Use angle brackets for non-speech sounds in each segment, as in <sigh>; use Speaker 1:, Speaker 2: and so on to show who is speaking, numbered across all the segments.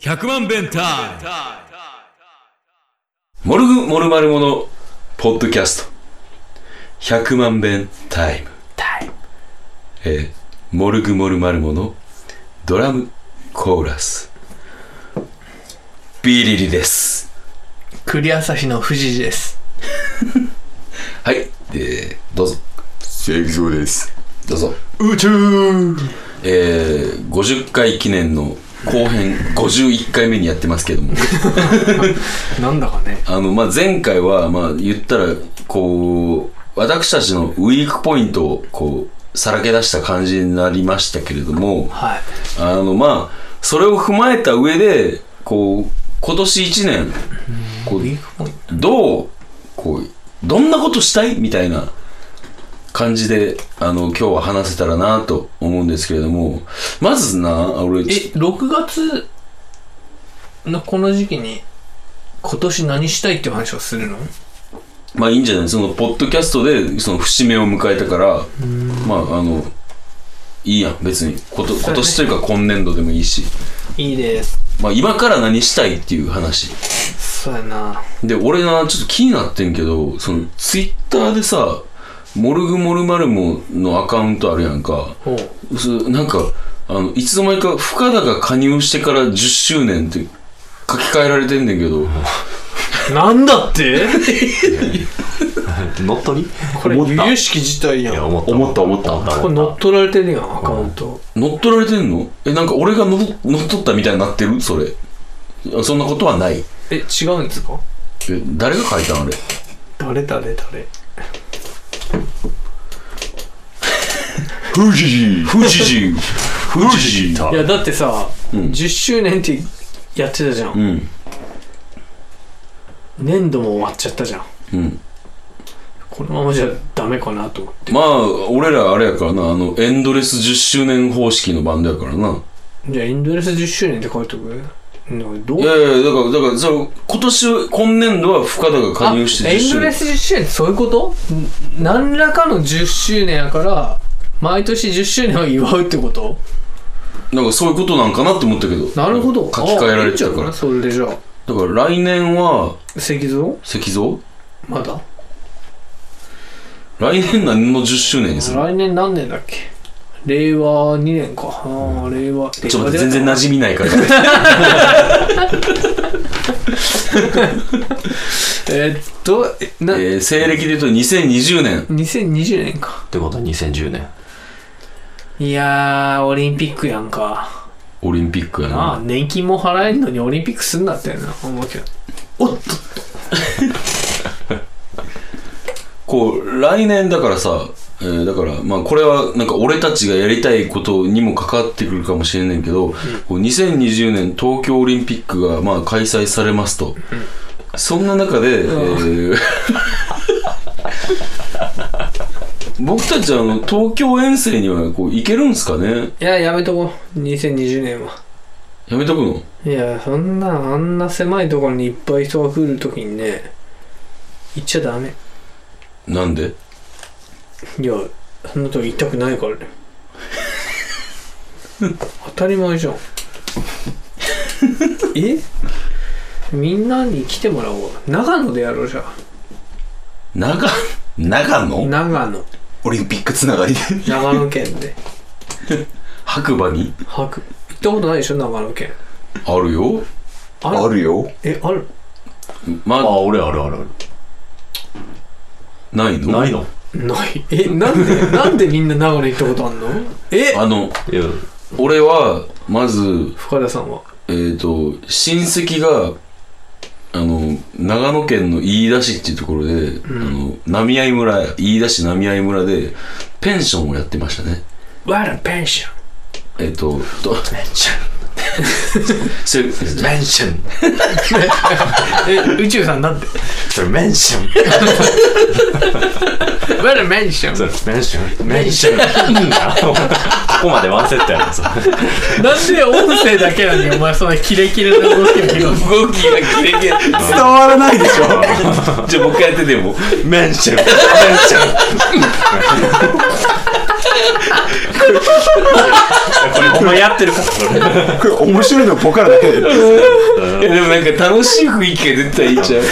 Speaker 1: 100万弁タイ
Speaker 2: モルグ、モルマルモの、ポッドキャスト。100万遍タイム。タイム。えーモルグモルマルモの、ドラム、コーラス。ビリリです。
Speaker 3: 栗朝日の藤士です
Speaker 2: はい、えー、どうぞ。
Speaker 4: 正義そうです。
Speaker 2: どうぞ。
Speaker 3: 宇宙
Speaker 2: えー、50回記念の後編51回目にやってますけども
Speaker 3: なんだかね
Speaker 2: あの、まあ、前回は、まあ、言ったらこう私たちのウィークポイントをこうさらけ出した感じになりましたけれども
Speaker 3: はい
Speaker 2: あのまあそれを踏まえた上でこう今年1年こ
Speaker 3: ウ
Speaker 2: う
Speaker 3: ィークポイント
Speaker 2: どうこうどんなことしたいみたいな感じであの今日は話せたらなと思うんですけれどもまずな俺
Speaker 3: え6月のこの時期に今年何したいっていう話をするの
Speaker 2: まあいいんじゃないそのポッドキャストでその節目を迎えたからまああのいいやん別にこと今年というか今年度でもいいし、
Speaker 3: いいです
Speaker 2: まあ、今から何したいっていう話
Speaker 3: そうやな
Speaker 2: で俺なちょっと気になってんけどそのツイッターでさ「モルグモルマルモ」のアカウントあるやんか
Speaker 3: おう
Speaker 2: そなんかあのいつの間にか深田が加入してから10周年って書き換えられてんねんけど
Speaker 3: なんだって
Speaker 4: 乗っ取り
Speaker 3: <laughs> これ
Speaker 4: 思
Speaker 3: 由
Speaker 4: った。
Speaker 3: 々
Speaker 4: い
Speaker 3: しき事態や
Speaker 4: や、
Speaker 3: ん
Speaker 4: 思った。思った、思った、思った。
Speaker 3: これ乗っ取られてるやんアカウント
Speaker 2: 乗っ取られてんのえなんか俺がの乗っ取ったみたいになってるそれあそんなことはない
Speaker 3: え違うんですか
Speaker 2: え誰が書いたんあれ
Speaker 3: 誰誰誰
Speaker 4: 富士
Speaker 2: 富士
Speaker 3: <laughs>
Speaker 2: 寺富士寺
Speaker 3: いやだってさ、
Speaker 2: うん
Speaker 3: 10周年ってやってたじゃん、
Speaker 2: うん
Speaker 3: 年度も終わっちゃったじゃん
Speaker 2: うん
Speaker 3: このままじゃダメかなと思って
Speaker 2: まあ俺らあれやからなあのエンドレス10周年方式のバンドやからな
Speaker 3: じゃあインドレス10周年って書いとくなんかどう
Speaker 2: いやいやだからだからそれ今年は今年度は深田が加入して
Speaker 3: あ
Speaker 2: 10
Speaker 3: エン
Speaker 2: 周
Speaker 3: ドレ
Speaker 2: 年
Speaker 3: ス10周年ってそういうことん何らかの10周年やから毎年10周年を祝うってこと
Speaker 2: なんかそういうことなんかなって思ったけど
Speaker 3: なるほど
Speaker 2: 書き換えられちゃうか
Speaker 3: あい
Speaker 2: ら
Speaker 3: いんじゃないそれでじゃあ
Speaker 2: だから来年は
Speaker 3: 石像
Speaker 2: 石像
Speaker 3: まだ
Speaker 2: 来年何の10周年にする
Speaker 3: 来年何年だっけ令和2年かあー令和
Speaker 2: ちょっと待って
Speaker 3: 令
Speaker 2: 全然
Speaker 3: 和
Speaker 2: 馴染みないから
Speaker 3: えーっとえな、
Speaker 2: えー西暦で言うと2020年
Speaker 3: 2020年か
Speaker 4: ってことは2010年。
Speaker 3: いやーオリンピックやんか
Speaker 2: オリンピックや
Speaker 3: ああ
Speaker 2: な
Speaker 3: 年金も払えんのにオリンピックすんなってな思うけどおっと
Speaker 2: こう来年だからさ、えーだからまあこれはなんか俺たちがやりたいことにも関わってくるかもしれないけど、こう2020年東京オリンピックがまあ開催されますと、そんな中で、えー <laughs> 僕たちはあの東京遠征にはこう行けるんすかね
Speaker 3: いや、やめとこう。2020年は。
Speaker 2: やめとくの
Speaker 3: いや、そんな、あんな狭いところにいっぱい人が来るときにね、行っちゃダメ。
Speaker 2: なんで
Speaker 3: いや、そんなとこ行きたくないから <laughs> ね。当たり前じゃん。えみんなに来てもらおう。長野でやろうじゃ
Speaker 2: 長長
Speaker 3: ん。
Speaker 2: 野
Speaker 3: 長野。
Speaker 4: オリンピックつながりで。
Speaker 3: 長野県で。
Speaker 2: 白馬に
Speaker 3: 白。行ったことないでしょ、長野県。
Speaker 2: あるよ
Speaker 3: あ
Speaker 4: あるよ。
Speaker 3: え、ある
Speaker 2: ま
Speaker 4: あ、俺あるあるある。
Speaker 2: ないの
Speaker 4: ないの
Speaker 3: ない。え、なんで、なんでみんな長野行ったことあんのえ
Speaker 2: あの
Speaker 4: いや、
Speaker 2: 俺はまず
Speaker 3: 深田さんは。
Speaker 2: えっ、と、親戚が、あの、長野県の飯田市っていうところで、あの、浪合村、飯田市浪合村で、ペンションをやってましたね。
Speaker 3: わらペンション。
Speaker 2: えっ、と、 <laughs> と、
Speaker 4: メンシ
Speaker 2: それ
Speaker 4: ョン。メンション。
Speaker 3: え、宇宙さんなんて。
Speaker 4: それメンション。
Speaker 3: What a mansion!
Speaker 4: それメンション。メンション。いいな。ここまでワンセットやな、それ。
Speaker 3: なんで音声だけなのにお前そんなキレキレな動きを見るの
Speaker 2: 動きがキレキレ。
Speaker 4: 伝わらないでしょ。
Speaker 2: じゃあ、僕やってても、
Speaker 4: メンション。メンション。これほんまやってるからそれ
Speaker 1: これ面白いのポカラだけで。
Speaker 2: いやでもなんか楽しい雰囲気が出てたらいい <laughs> じゃん。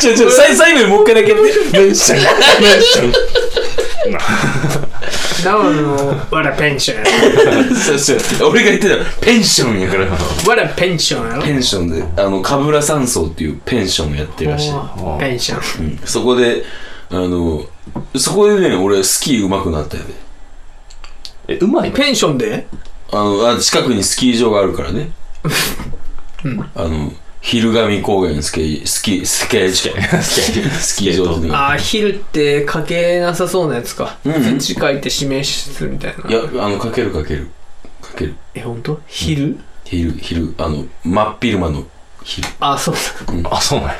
Speaker 2: ちょ、ちょ、最最後にもう一回だけやって。
Speaker 1: メンション。メンション。
Speaker 3: なお <laughs> の、what a pension,
Speaker 2: <laughs> そうそう。俺が言ってたら、ペンションやから。
Speaker 3: what a pension やろ
Speaker 2: ペンションで、あの、カブラ山荘っていうペンションをやってるらしい。
Speaker 3: おーペンション。
Speaker 2: うんそこで、あの、そこでね、俺スキー上手くなったよね。
Speaker 4: えうまい
Speaker 3: ペンションで
Speaker 2: あの、あ近くにスキー場があるからね。あの、昼神高原スケー、スキー、スケー、スケー、スキー場ってね
Speaker 3: あー、ヒルってかけなさそうなやつか。
Speaker 2: うんうん
Speaker 3: 字書いて指名するみたいな。
Speaker 2: いや、あの、かけるかける。かける。
Speaker 3: え、ほんとヒル
Speaker 2: 昼、昼、あの、真っ昼間の昼。
Speaker 3: あ、そうだ。
Speaker 4: あそうなんや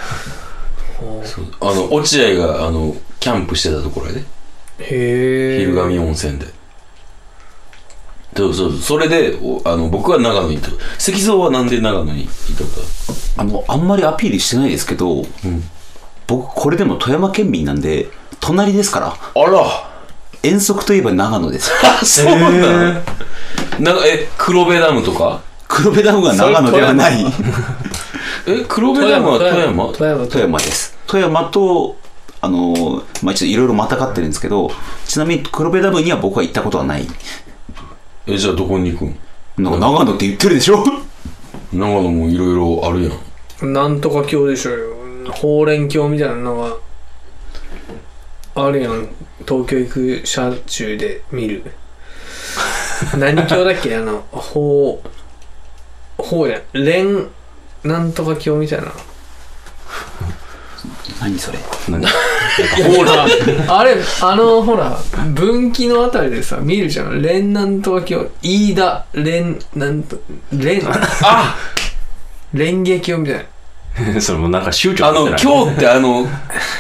Speaker 3: おー
Speaker 2: あの、落合が、あの、キャンプしてたところやで。
Speaker 3: へえ。
Speaker 2: 昼神温泉で。そうそう、それで、おあの、僕は長野に行った。石像はなんで長野に行ったことある
Speaker 5: あの、あんまりアピールしてないですけど、
Speaker 2: ん
Speaker 5: 僕、これでも富山県民なんで、隣ですから、
Speaker 2: あら
Speaker 5: 遠足といえば長野です。
Speaker 2: あ、そうなの、なんか、え、黒部ダムとか
Speaker 5: 黒部ダムが長野ではない
Speaker 2: え、黒部ダムは富山
Speaker 3: 富山、
Speaker 5: 富
Speaker 3: 富山。
Speaker 5: 山です。富山と、あのーまあ、ちょっといろいろまたがってるんですけど、ちなみに黒部ダムには僕は行ったことはない。
Speaker 2: え、じゃあどこに行くん
Speaker 5: なんか長野って言ってるでしょ
Speaker 2: 長野もいろいろあるやん。
Speaker 3: なんとか教でしょよ。ほうれん教みたいなのが、あるやん。東京行く車中で見る。
Speaker 2: <laughs>
Speaker 3: 何教だっけあの、ほう、ほうや、れん、なんとか教みたいな。
Speaker 5: 何それ
Speaker 3: ほら、あれ、あの、ほら、分岐のあたりでさ、見るじゃん。れんなんとか教、飯田、れん、なんと、れん、あれんげ教みたいな。
Speaker 4: それもうなんか宗教
Speaker 2: あの、
Speaker 4: 日
Speaker 2: 今日ってあの、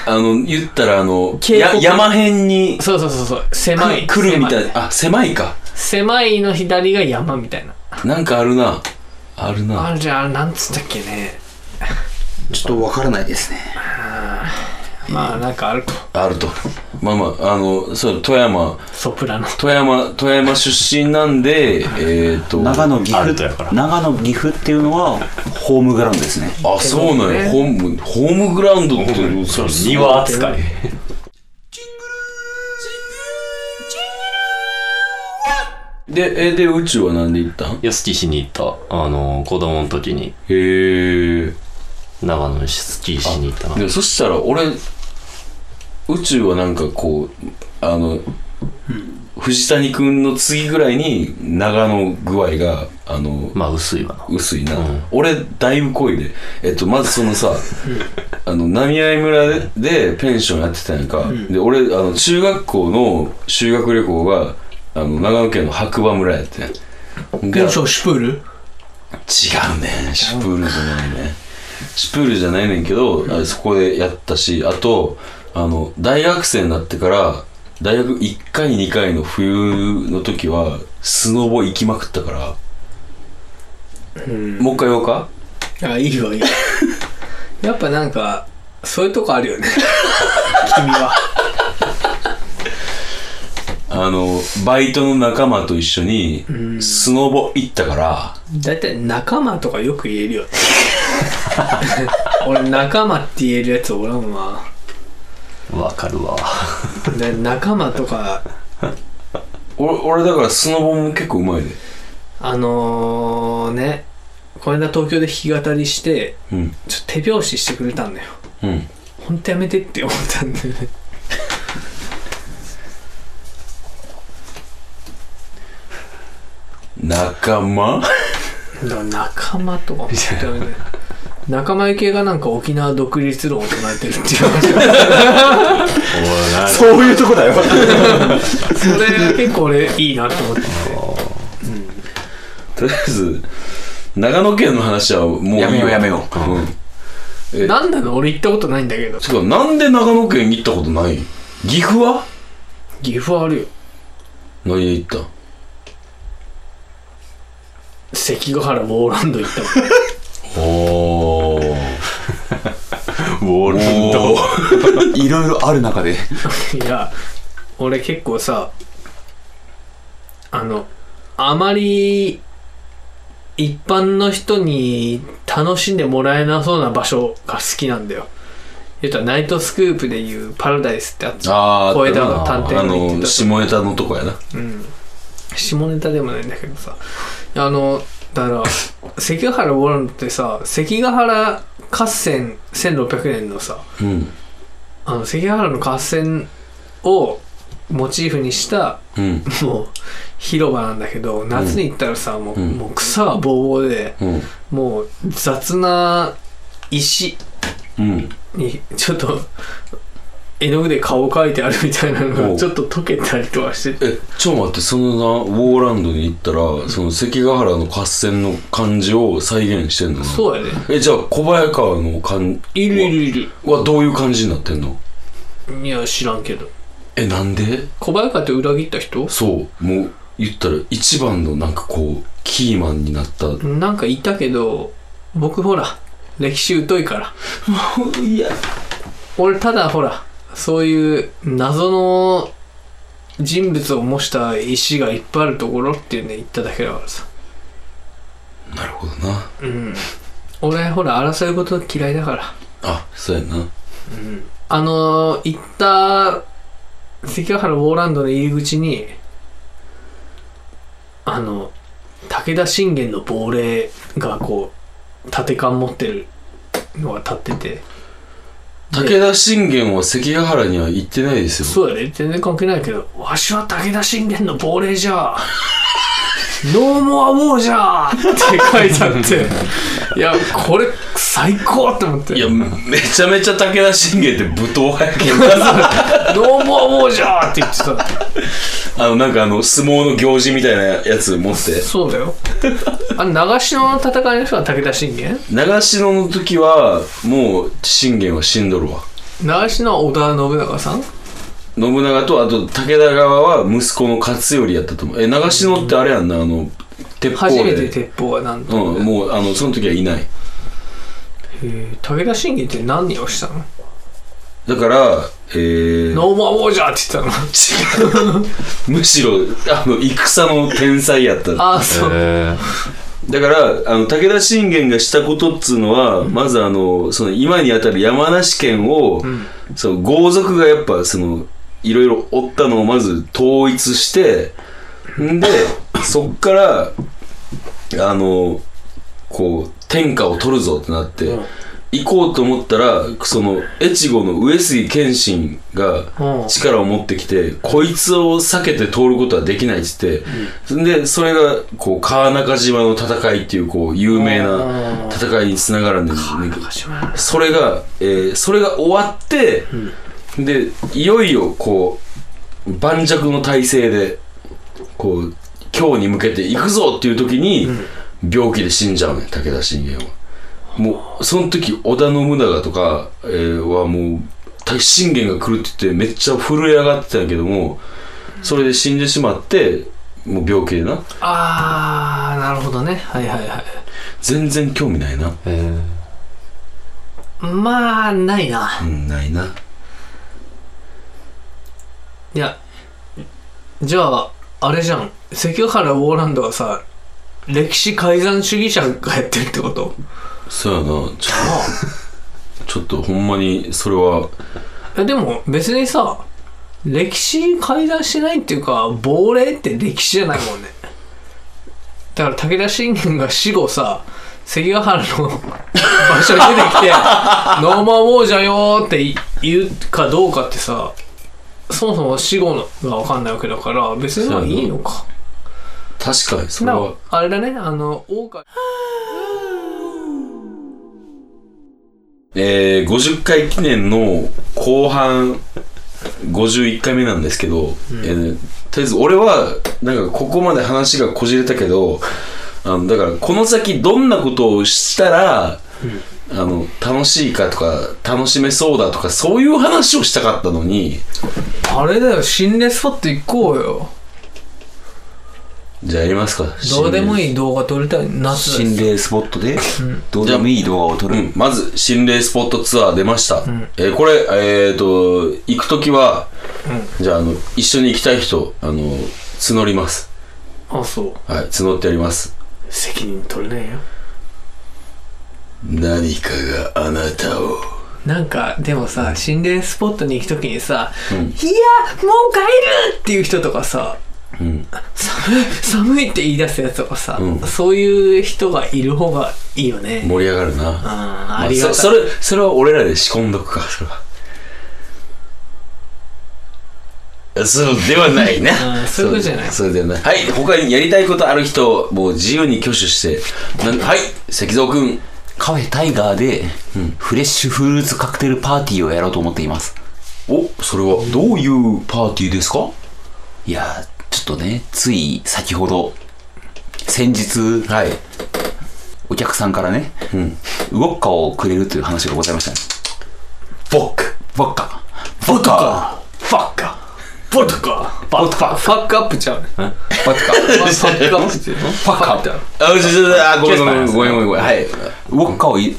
Speaker 2: あの、言ったらあの、
Speaker 3: 渓谷
Speaker 2: や山辺に
Speaker 3: そうそうそうそう、狭い。
Speaker 2: 来るみた
Speaker 3: 狭
Speaker 2: いな。あ、狭いか。
Speaker 3: 狭いの左が山みたいな。
Speaker 2: なんかあるな。あるな。
Speaker 3: あれじゃあ、なんつったっけね。
Speaker 5: ちょっとわからないですね。
Speaker 3: まあ、なんかあると。
Speaker 2: あると。まあまあ、あの、そう、富山、
Speaker 3: ソプラノ。
Speaker 2: 富山、富山出身なんで、えっと、
Speaker 5: 長野、岐
Speaker 4: アルトやから
Speaker 5: 阜、長野、岐阜っていうのは、ホームグラウンドですね。
Speaker 2: あ、そうなんや。ホーム、ホームグラウンドって、それすごい
Speaker 4: 庭扱い
Speaker 2: で、え、で、宇宙はなんで行ったん
Speaker 4: いやスキーしに行ったあの子供の時に
Speaker 2: へえ。
Speaker 4: 長野にスキーしに行ったな
Speaker 2: で、そしたら俺、宇宙はなんかこう、あの、藤谷くんの次ぐらいに長野具合が、あの、
Speaker 4: まあ薄いわな
Speaker 2: 薄いな、
Speaker 4: うん
Speaker 2: 俺だいぶ濃いでえっとまずそのさあの浪江村ででペンションやってたやんか、で俺あの中学校の修学旅行があの長野県の白馬村やってんで違うね
Speaker 3: ョンシュプール
Speaker 2: シュプールじゃないねシュプールじゃないねんけど、あそこでやったしあとあの大学生になってから大学1回2回の冬の時はスノボ行きまくったから、もう一回言おうか
Speaker 3: あ、いいわ、いい <laughs> わ。やっぱなんか、そういうとこあるよね。君は。
Speaker 2: あの、バイトの仲間と一緒に、スノボ行ったから、
Speaker 3: だいたい仲間とかよく言えるよね。俺、仲間って言えるやつおらんわ。
Speaker 4: わかるわ
Speaker 3: で仲間とか、
Speaker 2: 俺、俺だからスノボも結構うまいで。
Speaker 3: あのー、ね、この間東京で弾き語りして、
Speaker 2: うん。
Speaker 3: ちょっと手拍子してくれたんだよ。
Speaker 2: うん。
Speaker 3: ほんとやめてって思ったんだよね。
Speaker 2: 仲間 <laughs>
Speaker 3: だから仲間とかも言ってね <laughs> 仲間由紀恵がなんか沖縄独立論を唱えてるっていう話
Speaker 4: お
Speaker 1: そういうとこだよ。
Speaker 3: <laughs> それが結構俺いいなと思って
Speaker 2: とりあえず、長野県の話はもういい
Speaker 5: やめようやめよ
Speaker 2: う。うん。え
Speaker 3: なんなの俺行ったことないんだけど
Speaker 2: てか、なんで長野県行ったことない岐阜は
Speaker 3: 岐阜あるよ
Speaker 2: 何で行った
Speaker 3: 関ヶ原ウォーランド行ったもん
Speaker 2: おー。
Speaker 4: お <laughs> ウォールド
Speaker 5: <laughs>
Speaker 3: <laughs>
Speaker 5: いろいろある中で。
Speaker 3: いや俺結構さあのあまり一般の人に楽しんでもらえなそうな場所が好きなんだよ言うたらナイトスクープでいうパラダイスってあった
Speaker 2: あー
Speaker 3: 小枝が探偵
Speaker 2: あ
Speaker 3: に行って
Speaker 2: の
Speaker 3: た
Speaker 2: 下枝のとこやな
Speaker 3: うん、下ネタでもないんだけどさあのだから関ヶ原ウォランってさ関ヶ原合戦1600年のさ
Speaker 2: うん
Speaker 3: あの関ヶ原の合戦をモチーフにした
Speaker 2: うん
Speaker 3: もう広場なんだけど夏に行ったらさ、もう
Speaker 2: うん
Speaker 3: もう草はぼうぼうで
Speaker 2: うん
Speaker 3: もう雑な石
Speaker 2: うん
Speaker 3: にちょっと絵の具で顔描いてあるみたいなの
Speaker 2: お
Speaker 3: が
Speaker 2: う
Speaker 3: ちょっと溶けたりとかしてて
Speaker 2: えちょっと待ってそのなウォーランドに行ったらその関ヶ原の合戦の感じを再現してんのな
Speaker 3: そうやね
Speaker 2: えじゃあ小早川の感
Speaker 3: いるいるいる
Speaker 2: はどういう感じになってんの
Speaker 3: いや知らんけど
Speaker 2: えなんで
Speaker 3: 小早川って裏切った人
Speaker 2: そうもう言ったら一番のなんかこうキーマンになった
Speaker 3: なんかいたけど僕ほら歴史疎いから
Speaker 2: いや
Speaker 3: 俺ただほらそういう謎の人物を模した石がいっぱいあるところっていうね行っただけだからさ
Speaker 2: なるほどな
Speaker 3: うん俺ほら争い事嫌いだから
Speaker 2: あそうやな
Speaker 3: うんあの行った関ヶ原ウォーランドの入り口にあの武田信玄の亡霊がこう盾缶持ってるのが立ってて
Speaker 2: 武田信玄は関ヶ原には行ってないですよ
Speaker 3: そうやね全然関係ないけどわしは武田信玄の亡霊じゃノーモアウォーじゃって書いてあっていやこれ最高って思って
Speaker 2: いや、めちゃめちゃ武田信玄って武闘派やけど、<laughs>
Speaker 3: <laughs> ノーモアウォーじゃって言ってた
Speaker 2: あの、なんかあの、相撲の行事みたいなやつ持って。
Speaker 3: そうだよ。あの、長篠の戦いの人は武田信玄
Speaker 2: 長篠の時は、もう、信玄は死んどるわ。
Speaker 3: 長篠は織田信長さん
Speaker 2: 信長と、あと、武田側は息子の勝頼やったと思う。え、長篠ってあれやんな、あの、鉄砲で。
Speaker 3: 初めて鉄砲はなんと。
Speaker 2: うん、もう、あの、その時はいない。
Speaker 3: へー武田信玄って何をしたの
Speaker 2: だから、えー、
Speaker 3: ノーマー王者って言っ
Speaker 2: <laughs>
Speaker 3: てたの。
Speaker 2: むしろ、あの、戦の天才やった。
Speaker 3: ああ、そう。
Speaker 4: え
Speaker 2: だからあの武田信玄がしたことっつうのは、まずあのその今にあたる山梨県を、
Speaker 3: ん
Speaker 2: その豪族がやっぱそのいろいろ追ったのをまず統一してんでそっからあのこう天下を取るぞってなって、
Speaker 3: うん
Speaker 2: 行こうと思ったらその越後の上杉謙信が
Speaker 3: うん
Speaker 2: 力を持ってきて、こいつを避けて通ることはできないっつって、ん、でそれがこう川中島の戦いっていうこう有名な
Speaker 3: あー
Speaker 2: 戦いにつながるんですね
Speaker 3: 中島
Speaker 2: それが、えーそれが終わって、でいよいよこう盤石の体制でこう今日に向けて行くぞっていう時に、病気で死んじゃうね武田信玄はもうその時織田信長とか、えーはもう大信玄が来るって言ってめっちゃ震え上がってたけどもそれで死んでしまってもう病気でな
Speaker 3: あー、なるほどね。はいはいはい。
Speaker 2: 全然興味ないな
Speaker 4: <laughs> えー
Speaker 3: まあ、ないな。
Speaker 2: うんないない
Speaker 3: や、じゃあ、あれじゃん。関ヶ原ウォーランドはさ、歴史改ざん主義者がやってるってこと
Speaker 2: そうやなちょっとちょっとほんまにそれは
Speaker 3: えでも別にさ歴史改ざんしてないっていうか亡霊って歴史じゃないもんねだから武田信玄が死後さ関ヶ原の場所に出て <laughs> きて「ノーマン王者よ」って言うかどうかってさそもそも死後のが分かんないわけだから別にまあいいのか
Speaker 2: 確かにそれ
Speaker 3: な
Speaker 2: は
Speaker 3: あれだねあの王家
Speaker 2: えー、50回記念の後半51回目なんですけど、えーとりあえず俺はなんかここまで話がこじれたけどあのだからこの先どんなことをしたら、あの楽しいかとか楽しめそうだとかそういう話をしたかったのに
Speaker 3: あれだよ心霊スポット行こうよ
Speaker 2: じゃあやりますか
Speaker 3: どうでも
Speaker 2: い、
Speaker 3: いい動画撮りたい夏だし
Speaker 5: 心霊スポットでどうでもいい動画を撮
Speaker 2: う
Speaker 5: る、
Speaker 2: ん、まず心霊スポットツアー出ました、えーこれえっ、と行く時は、じゃああの一緒に行きたい人あの募ります
Speaker 3: あ、そう。
Speaker 2: はい、募っております。
Speaker 3: 責任取れないよ。
Speaker 2: 何かがあなたを。
Speaker 3: なんか、でもさ、心霊スポットに行くときにさ、
Speaker 2: うん
Speaker 3: いや、もう帰るっていう人とかさ、
Speaker 2: うん。
Speaker 3: 寒い、寒いって言い出すやつとかさ、
Speaker 2: うん
Speaker 3: そういう人がいる方がいいよね。
Speaker 2: 盛り上がるな。
Speaker 3: あ
Speaker 2: ま
Speaker 3: ー
Speaker 2: あ
Speaker 3: ありがたい。
Speaker 2: そそれ、それは俺らで仕込んどくか、それは。そうではないな
Speaker 3: うん。そういうことじゃない
Speaker 2: そうそうではない。はい、他にやりたいことある人、もう自由に挙手して。なんはい、石蔵くん。
Speaker 5: カフェタイガーで、フレッシュフルーツカクテルパーティーをやろうと思っています。
Speaker 2: お、それはどういうパーティーですか
Speaker 5: いやー、ちょっとね、つい先ほど、先日、
Speaker 2: はい。
Speaker 5: お客さんからね、
Speaker 2: うん。
Speaker 5: ウォッカをくれるという話がございましたね。
Speaker 2: ボック。
Speaker 5: ウォッカ。ウォッカフォッカ
Speaker 3: ポッとか。
Speaker 5: フォッカ
Speaker 3: ファックアップちゃうね。フ <laughs>
Speaker 5: フォッカ
Speaker 3: ァックアップっていうのファックアップだ
Speaker 2: あ、うちょあ、ごめんごめんごめんごめんごめん。はい。
Speaker 5: ウォッカをい、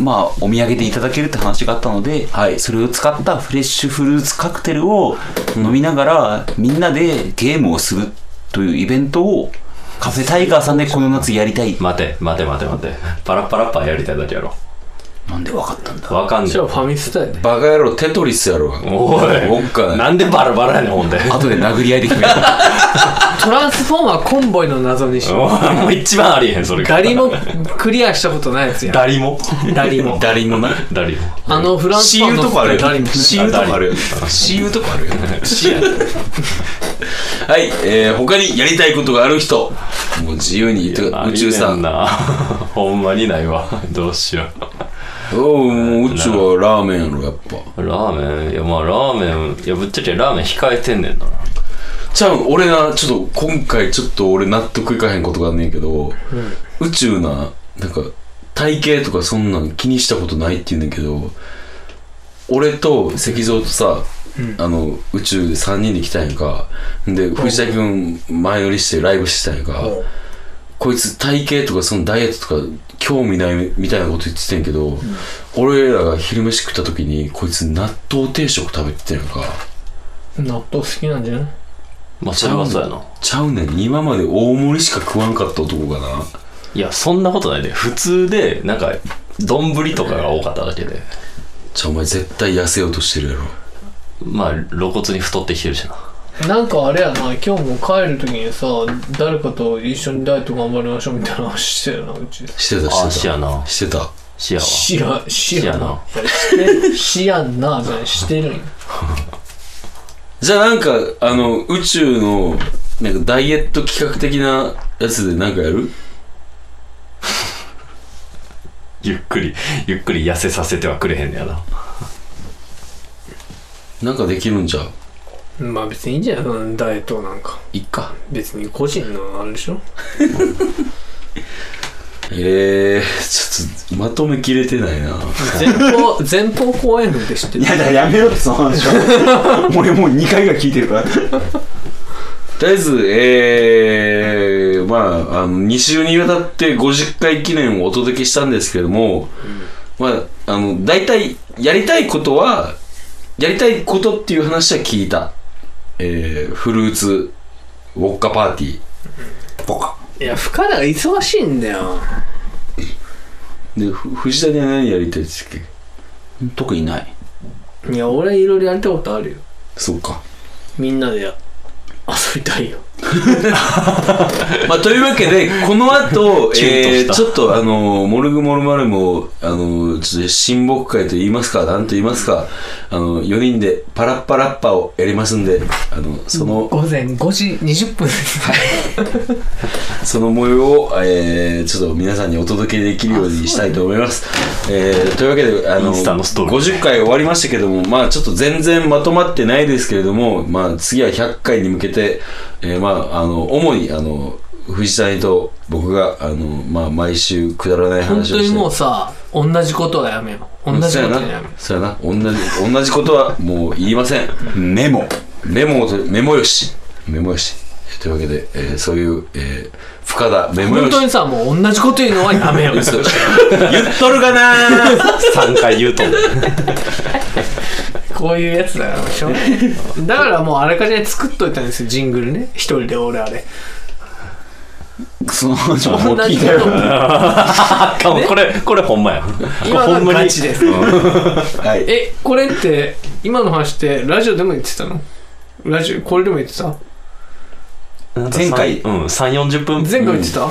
Speaker 5: まあ、お土産でいただけるって話があったので、
Speaker 2: はい
Speaker 5: それを使ったフレッシュフルーツカクテルを飲みながら、みんなでゲームをするというイベントを、カフェタイガーさんでこの夏やりたい。
Speaker 4: 待て、待て待て待て。パラッパラッパやりたいだけやろ。
Speaker 5: なんでわかったんだ
Speaker 4: わかんね
Speaker 3: じゃあファミスタやね。
Speaker 2: バカ野郎、テトリスやろ。
Speaker 4: え。お
Speaker 2: ボッカ
Speaker 4: い。
Speaker 2: だ
Speaker 4: なんでバラバラやねん、ほんで。
Speaker 5: 後で殴り合いで決める。
Speaker 3: トランスフォーマーコンボイの謎にしよう。
Speaker 4: お前もう一番ありえへん、それが。
Speaker 3: 誰もクリアしたことないやつや。
Speaker 4: 誰も。
Speaker 3: 誰も。
Speaker 2: 誰もな。
Speaker 4: 誰も。
Speaker 3: あのフランスパンの誰も。
Speaker 2: 死ぬとこあるよ。死ぬとこあるよ。死や。はい、えー、他にやりたいことがある人、もう自由に言ってくだ宇宙さ
Speaker 4: ありえ
Speaker 2: ん。
Speaker 4: な。 <laughs> ほんまにないわ。どうしよ
Speaker 2: おう、もう宇宙はラーメンやろ、やっぱ。
Speaker 4: う。ラーメンいや、まあラーメン、いや、ぶっちゃけラーメン控えてんねんな。
Speaker 2: ちゃう、俺な、ちょっと今回ちょっと俺納得いかへんことがあんねんけど、宇宙な、なんか、体型とかそんなん気にしたことないって言うねんだけど、俺と石像とさ、あの、宇宙で3人で来たんやんか。で、藤田君前乗りしてライブしてたんやんか。こいつ体型とかそのダイエットとか興味ないみたいなこと言ってたんやけど、俺らが昼飯食った時にこいつ納豆定食食べてたやんか。
Speaker 3: 納豆好きなんじゃない
Speaker 4: まあ、それはそうやな。
Speaker 2: ちゃうねん今まで大盛りしか食わんかった男がない
Speaker 4: や、そんなことないで。普通で、なんか、丼とかが多かっただけで。
Speaker 2: ちゃうお前絶対痩せようとしてるやろ
Speaker 4: まあ、露骨に太ってきてるしな。
Speaker 3: なんかあれやな、今日も帰るときにさ、誰かと一緒にダイエット頑張りましょうみたいな話してるな、うち。
Speaker 2: してた
Speaker 4: あ、
Speaker 2: し
Speaker 4: して
Speaker 2: た
Speaker 4: やな。
Speaker 2: してた
Speaker 4: しやわ。
Speaker 3: しや、しやな。
Speaker 4: ない
Speaker 3: やしてる、しやんな、じゃないしてるんよ
Speaker 2: じゃあなんかあの宇宙のなんかダイエット企画的なやつでなんかやる
Speaker 4: ゆっくり、ゆっくり痩せさせてはくれへんねやな。
Speaker 2: なんかできるんじゃう
Speaker 3: <laughs> まあ別にいいんじゃないそのダイエットなんか。
Speaker 2: いっか
Speaker 3: 別に個人のあれでしょ
Speaker 2: えー、ちょっとまとめきれてないな
Speaker 3: 前方、前方公園で知ってる
Speaker 5: い。や、だからやめろってその話は。俺もう2回ぐらい聞いてるから。
Speaker 2: とりあえず、えー、まあ、あの、2週にわたって50回記念をお届けしたんですけれども、まあ、あの、大体、やりたいことは、やりたいことっていう話は聞いた。えー、フルーツ、ウォッカパーティ
Speaker 5: ボカ。
Speaker 3: いや、深田が忙しいんだよ。
Speaker 2: ー。で、ふ藤谷は何やりたいですっけ
Speaker 5: 特にない。
Speaker 3: いや、俺いろいろやりたいことあるよ。
Speaker 2: そうか。
Speaker 3: みんなでや遊びたいよ。
Speaker 2: <laughs> まあ、というわけで、この後、
Speaker 4: キュ
Speaker 2: え
Speaker 4: ンとし
Speaker 2: ー、
Speaker 4: た
Speaker 2: ちょっとあの、モルグモルマルも、あの、ちょっと親睦会と言いますか、なんと言いますか、あの、4人でパラッパラッパをやりますんで、あの、その、
Speaker 3: 午前5時20分です。
Speaker 2: その模様を、えー、ちょっと皆さんにお届けできるようにしたいと思います。えー、というわけで、あの、
Speaker 4: インスタのストーリー
Speaker 2: 50回終わりましたけども、まあちょっと全然まとまってないですけれども、まあ次は100回に向けて、えー、まああの、主にあの、藤谷と僕が、あの、まあ毎週くだらない
Speaker 3: 本
Speaker 2: 話をし
Speaker 3: 当
Speaker 2: て。
Speaker 3: にもうさ、同じことはやめよう。同じことはやめよ
Speaker 2: そうやな。そうやな。同じ、同じことはもう言いません。
Speaker 5: メモ。
Speaker 2: メモをと、メモよし。メモよし。というわけで、えー、そういう、えー、深田メ
Speaker 3: う。
Speaker 2: モよ
Speaker 3: 本
Speaker 2: し。
Speaker 3: 当にさ、もう同じこと言うのはやめよう。
Speaker 2: そう言っとるか <laughs> な
Speaker 4: 3回言うとんねん。
Speaker 3: こういうやつだよ、しょうがないだからもうあらかじめ作っといたんですよ、ジングルね。一人で俺あれ。
Speaker 5: その情報を
Speaker 3: 同
Speaker 5: 聞い
Speaker 3: じ
Speaker 5: た
Speaker 3: こ
Speaker 5: よ。
Speaker 3: と
Speaker 4: あかもこれこれほんまや
Speaker 3: 今
Speaker 4: ほんま
Speaker 3: がガ
Speaker 4: に
Speaker 3: チです
Speaker 2: はい。
Speaker 3: えこれって今の話ってラジオでも言ってたのラジオこれでも言ってた
Speaker 5: 前回
Speaker 4: うん3 4 0分
Speaker 3: 前回言ってた、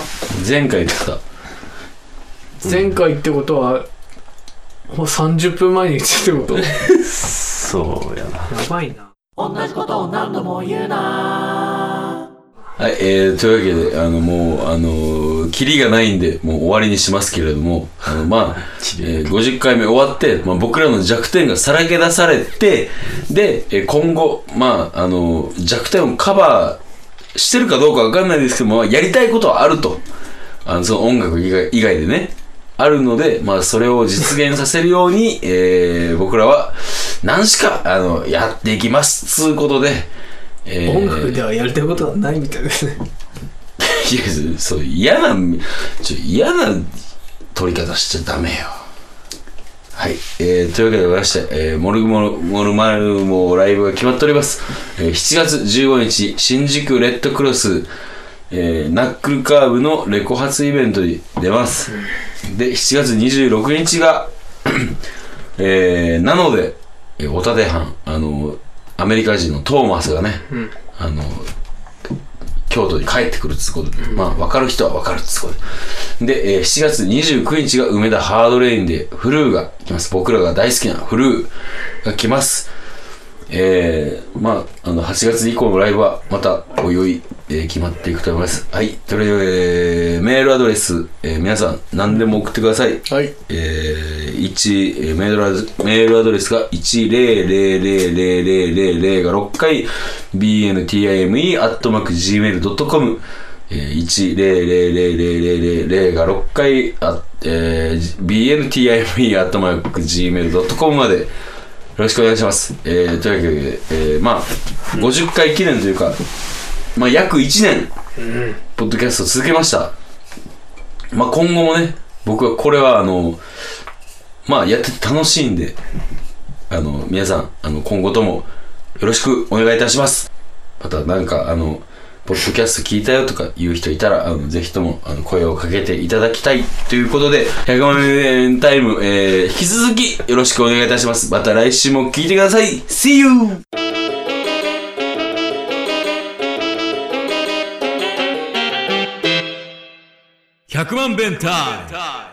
Speaker 2: 前回言ってた。
Speaker 3: 前回ってことはもう30分前に言ってたってことや
Speaker 4: そうやな
Speaker 3: ばいな
Speaker 2: はい、えー、というわけで、あの、もう、あのー、キリがないんで、もう終わりにしますけれども、あの、
Speaker 3: <laughs>
Speaker 2: まあ、えー50回目終わって、まあ、僕らの弱点がさらけ出されて、で、えー今後、まあ、あのー弱点をカバーしてるかどうかわかんないですけども、まあやりたいことはあると。あの、その音楽以外以外でね、あるので、まあ、それを実現させるように、 <laughs> えー、僕らは、何しか、あの、やっていきます、つうことで、えー
Speaker 3: 音楽ではやりたいことはないみたいですね
Speaker 2: いや、そう、嫌な、ちょ、嫌な取り方しちゃダメよ。はい。えー、というわけでございまして、えー、モルグモル、モルマルもライブが決まっております。えー、7月15日、新宿レッドクロス、えー、ナックルカーブのレコ発イベントに出ます。で、7月26日が、 <clears throat> えー、なので、えー、オタデハン、あの、アメリカ人のトーマスがね、
Speaker 3: うん
Speaker 2: あの、京都に帰ってくるっつうことで、まあ、分かる人は分かるっつうことで。で、えー7月29日が梅田ハードレインで、フルーが来ます。僕らが大好きなフルーが来ます。えー、まあ、あの、8月以降のライブは、また、おいおい、えー決まっていくと思います。はい。とりあえず、メールアドレス、えー皆さん、何でも送ってください。
Speaker 3: はい
Speaker 2: えー、1えーメールアドレスメールアドレスが1000000が6回 bntime.gmail.com えー1000000が6回あ、えー、bntime.gmail.com までよろしくお願いします、えー、というわけで、えー、まあ50回記念というか、まあ、約1年ポッドキャストを続けました、まあ、今後もね僕はこれはあのまあやってて楽しいんであの皆さんあの今後ともよろしくお願いいたしますまたなんかあのポッドキャスト聞いたよとか言う人いたらあのぜひともあの声をかけていただきたいということで100万円タイム、えー、引き続きよろしくお願いいたしますまた来週も聞いてください See you!
Speaker 6: Hakuman Bentai.